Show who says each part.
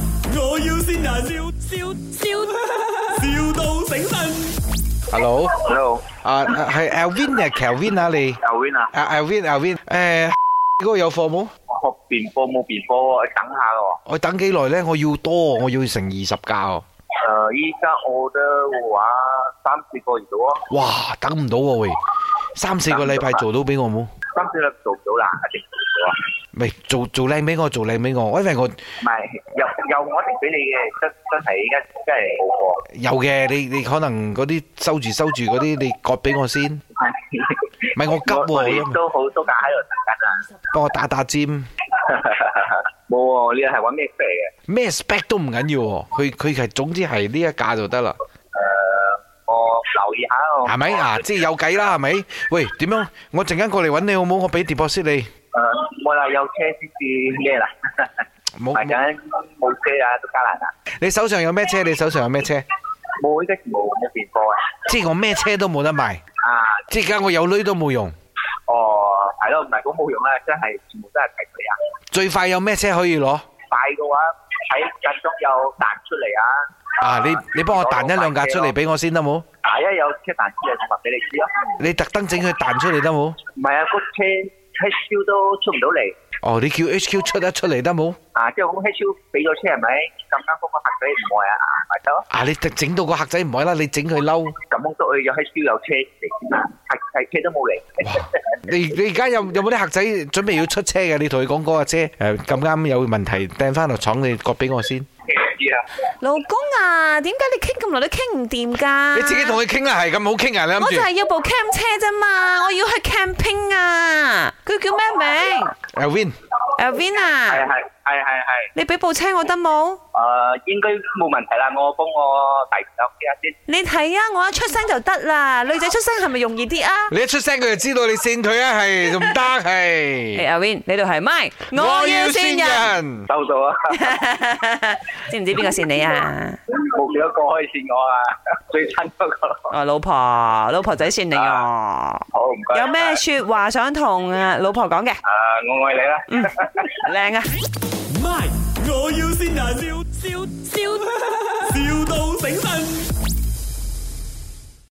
Speaker 1: 要先人，笑笑笑，,笑到醒神。
Speaker 2: Hello，À,
Speaker 3: Hello，à?
Speaker 2: 啊係 Alvin 啊，Kelvin À, 啊你，
Speaker 3: 阿 Win 啊，
Speaker 2: 啊 Alvin Alvin，誒 嗰個有貨冇？
Speaker 3: 學邊波冇邊波，等下喎。
Speaker 2: 我等幾耐咧？我要多，我要成二十架哦。
Speaker 3: 誒，依家我得嘅話三四個月到咯，
Speaker 2: 哇，等唔到喎喂，三四個禮拜做到俾我冇？
Speaker 3: 三四個月做唔到啦，一定做唔到啊。
Speaker 2: 咪做做靚俾我，做靚俾我，因為我
Speaker 3: 唔係，又又我哋俾你嘅，真真係依家真係冇貨。
Speaker 2: 有嘅，你你可能嗰啲收住收住嗰啲，你割俾我先。唔
Speaker 3: 係，
Speaker 2: 係我急
Speaker 3: 我我
Speaker 2: 喎，
Speaker 3: 哋都好多架喺度等緊啊。
Speaker 2: 幫我打打尖。
Speaker 3: à. 冇喎，你係揾咩飛嘅？
Speaker 2: 咩 spec 都唔緊要喎，佢佢係總之係呢一價就得啦，
Speaker 3: Ờ, 誒，我留意下我。
Speaker 2: 係咪啊？即係有計啦，係咪？喂，點樣？我陣間過嚟揾你好冇？我俾 deposit 你，
Speaker 3: 誒，冇啦，有車先至咩啦？
Speaker 2: 冇
Speaker 3: 嚟
Speaker 2: 冇
Speaker 3: 緊冇車啊，都加難啊！
Speaker 2: 你手上有咩車？你手上有咩車？
Speaker 3: 冇依家冇冇邊波啊！
Speaker 2: 即係我咩車都冇得賣，
Speaker 3: 啊！
Speaker 2: 即係而家我有女都冇用。
Speaker 3: Ờ, 哦，係咯，唔係咁冇用啦，真係全部都係睇佢啊！
Speaker 2: 最快有咩車可以攞？
Speaker 3: 快嘅話喺間中有彈出嚟啊！
Speaker 2: 啊，你你幫我彈一兩架出嚟俾我先得冇？
Speaker 3: 啊，一有車彈出嚟，我話俾你知咯。
Speaker 2: 你特登整佢彈出嚟得冇？
Speaker 3: 唔係啊，個車 H Q 都出唔到嚟
Speaker 2: 哦，你叫 HQ 出一出嚟得冇？
Speaker 3: 啊！即係咁 H Q 俾咗車係咪？咁啱嗰個客仔唔愛啊，啊咪得咯。
Speaker 2: 啊，你特整到個客仔唔愛啦，你整佢嬲。
Speaker 3: 咁樣都佢有 H Q 有車嚟啊，係係車都冇嚟。
Speaker 2: 你你而家有有冇啲客仔準備要出車嘅？你同佢講嗰架車誒咁啱有問題，掟翻落廠，你割俾我先。你
Speaker 3: 知啊，
Speaker 4: 老公啊，點解你傾咁耐都傾唔掂㗎？
Speaker 2: 自己同佢傾啦，係咁好傾啊！你
Speaker 4: 我
Speaker 2: 諗
Speaker 4: 就係
Speaker 2: 住
Speaker 4: 要部 cam 車啫嘛，我要去 camping 啊！佢叫咩名
Speaker 2: 誒 Win，
Speaker 4: 誒 Vin
Speaker 3: 係係係係
Speaker 4: 啊，
Speaker 3: 係。
Speaker 4: 你俾部車我得冇？
Speaker 3: 誒，應該冇問題啦。我幫我大朋友睇下先。
Speaker 4: 你睇啊，我一出聲就得啦，女仔出聲係咪容易啲啊？
Speaker 2: 你一出聲佢就知道你扇佢啊，係仲唔得
Speaker 4: 誒
Speaker 2: 係？
Speaker 4: 阿 Vin，你度係咪？我要線人，
Speaker 2: 人，
Speaker 3: 收到啊！
Speaker 4: 知唔知邊個線你啊？
Speaker 3: 冇幾多個可以線我啊，最親嗰個咯。
Speaker 4: 我老婆，老婆仔線你啊！
Speaker 3: 好唔該。
Speaker 4: 有咩说話想同啊老婆講嘅？
Speaker 3: 啊，我愛你啦。
Speaker 4: 靚啊！
Speaker 1: My，我要先人，笑笑笑，,笑到醒神。